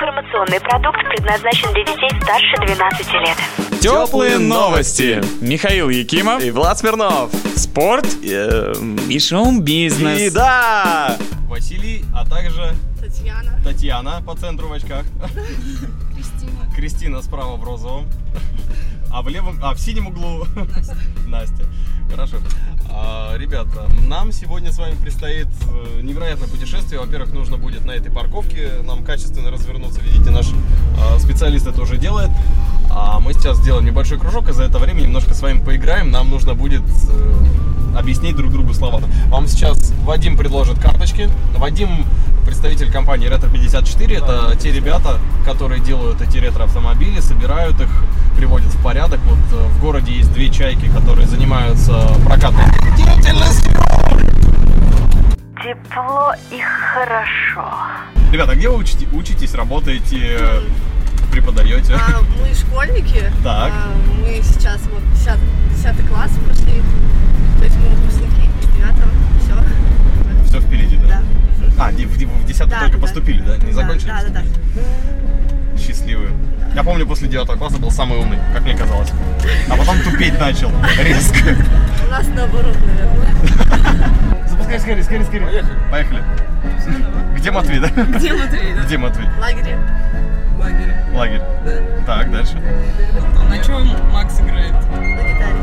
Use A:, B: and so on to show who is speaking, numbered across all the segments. A: Информационный продукт предназначен для детей старше 12 лет.
B: Теплые новости. Михаил Якимов,
C: И Влад Смирнов.
B: спорт
C: И, эм,
B: э, и шоу-бизнес.
C: и да!
D: Василий, а также
E: Татьяна.
D: Татьяна по центру в очках. Кристина. Кристина справа в розовом. А в левом, а в синем углу Настя. Хорошо. А, ребята, нам сегодня с вами предстоит э, невероятное путешествие. Во-первых, нужно будет на этой парковке нам качественно развернуться. Видите, наш э, специалист это уже делает. А мы сейчас сделаем небольшой кружок, и за это время немножко с вами поиграем. Нам нужно будет э, объяснить друг другу слова. Вам сейчас Вадим предложит карточки. Вадим представитель компании Retro 54. Это те ребята, которые делают эти ретро-автомобили, собирают их, приводят в порядок. Вот э, в городе есть две чайки, которые занимаются прокатом.
A: Тепло и хорошо.
D: Ребята, а где вы учите- учитесь, работаете, э, преподаете?
E: А, мы школьники.
D: Так.
E: А, мы сейчас вот 10, 10 класс прошли. То есть мы выпускники из 9 все.
D: Все впереди, да?
E: Да.
D: А, де- в де- в 10
E: Да,
D: только
E: да,
D: поступили, да? Не
E: Да,
D: закончили?
E: Да, да, да.
D: Счастливые. Я помню, после 9 класса был самый умный, как мне казалось. А потом тупеть начал резко.
E: У нас наоборот, наверное.
D: Запускай скорее, скорее, скорее. Поехали. Поехали. Где Матвей, да?
E: Где Матвей, да?
D: Где Матвей?
E: В лагере.
D: Лагерь. Так, дальше.
F: На чем Макс играет?
E: На гитаре.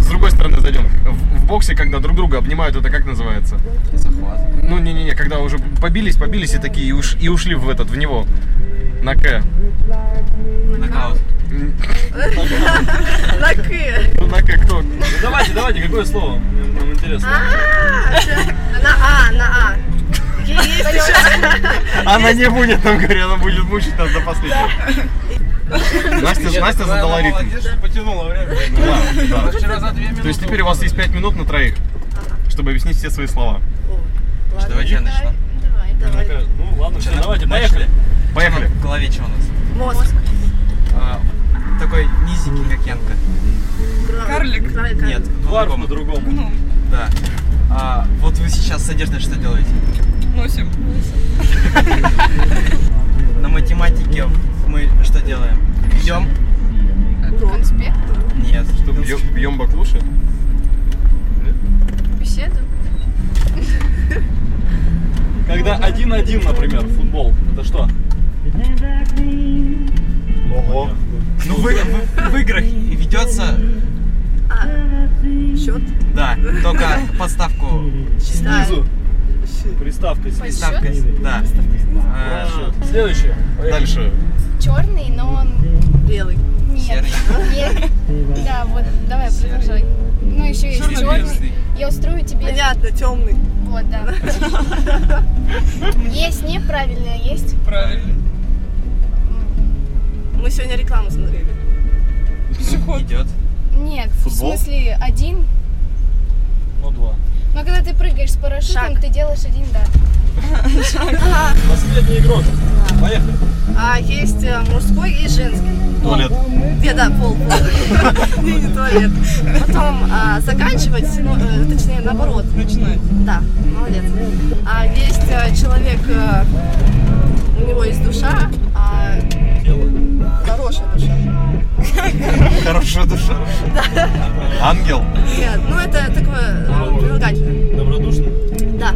D: С другой стороны зайдем. В, в боксе, когда друг друга обнимают, это как называется? Захват. Ну, не-не-не, когда уже побились, побились и такие, и, уш- и ушли в этот, в него. На К.
F: Нокаут.
E: На К.
D: Ну, на К кто?
F: Давайте, давайте, какое слово? Нам интересно.
E: А, На А, на А. Какие есть еще?
D: Она не будет нам говорить, она будет мучить нас до последнего. Настя, Настя задала ритм.
F: потянула время.
D: Ну, ладно, да.
F: Вчера за две минуты.
D: То есть теперь у вас есть 5 минут на троих, чтобы объяснить все свои слова.
E: О, ладно.
F: Давайте я начну.
E: Давай, давай.
F: Ну ладно, все, давайте, поехали.
D: Поехали.
F: В голове что у нас?
E: Мозг.
F: А, Такой низенький, как Янка.
E: Карлик?
F: Нет, по-другому.
G: Ну,
F: Да. А, вот вы сейчас с одеждой что делаете?
G: носим.
F: На математике мы что делаем? Идем?
E: Конспект?
F: Нет.
D: Что, бьем, бьем баклуши?
E: Беседу?
G: Когда один-один, например, футбол, это что?
D: Ого.
F: Ну вы- в, в играх ведется,
E: А, счет?
F: да, только подставку
E: Снизу.
G: Приставка здесь.
F: ставкой. Да. А,
G: Следующее.
D: Дальше.
H: черный, но он
E: Белый.
H: нет. Нет. Да, вот, давай, продолжай. Ну, еще есть черный.
F: Черно-белый.
H: Я устрою тебе.
E: Понятно, темный.
H: Вот, да. Есть неправильное, есть.
F: Правильно.
E: Мы сегодня рекламу смотрели.
F: Идет.
H: Нет,
D: Футбол?
H: в смысле один.
G: Ну, два.
H: Но когда ты прыгаешь с парашютом,
E: Шаг.
H: ты делаешь один, да.
G: Последний игрок. Поехали.
E: А есть э, мужской и женский.
D: Туалет.
E: Где, да, пол, пол. Не, не туалет. Потом а, заканчивать, ну, э, точнее, наоборот.
G: Начинать.
E: Да, молодец. А есть э, человек, э, у него есть душа, а
G: Тело.
E: хорошая душа.
D: Хорошая душа. Ангел.
E: Нет, ну это такое э, прилагательное.
G: Добродушно.
E: Да.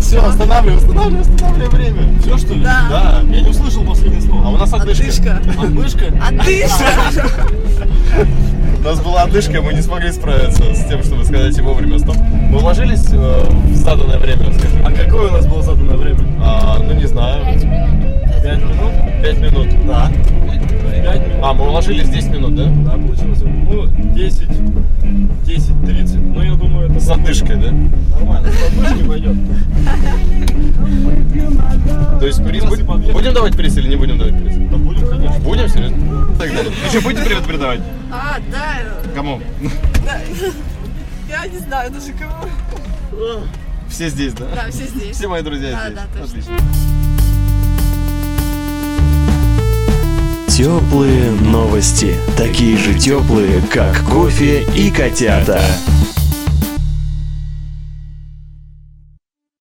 D: Все, останавливай, останавливай, останавливай время.
G: Все, что ли?
E: Да.
G: Я не услышал последнее
D: А
G: слово.
D: у нас отдышка.
E: Отдышка.
G: Отмышка.
E: Отдышка.
D: У нас была отдышка, мы не смогли справиться с тем, чтобы сказать и вовремя стоп. Мы уложились э, в заданное время, скажи.
G: А какое у нас было заданное время?
D: А, ну не знаю,
H: Пять минут.
G: Пять минут?
D: 5 минут. Да.
G: Пять минут.
D: А, мы уложились 10 минут, да?
G: Да, получилось. Ну, 10, 10, 30. Ну, я думаю, это
D: С отдышкой, да?
G: нормально. С отмышкой пойдет.
D: То есть приз
G: Раз и
D: будем,
G: победа.
D: будем давать приз или не будем давать приз?
G: Да будем, конечно.
D: Будем, серьезно? Так далее. Еще будете привет передавать?
E: А, да. э,
D: Кому?
E: Я не знаю даже кого.
D: Все здесь, да?
E: Да, все здесь.
D: Все мои друзья
E: Да,
D: здесь.
E: да, точно.
D: Отлично.
C: Теплые новости. Такие же теплые, как кофе и котята.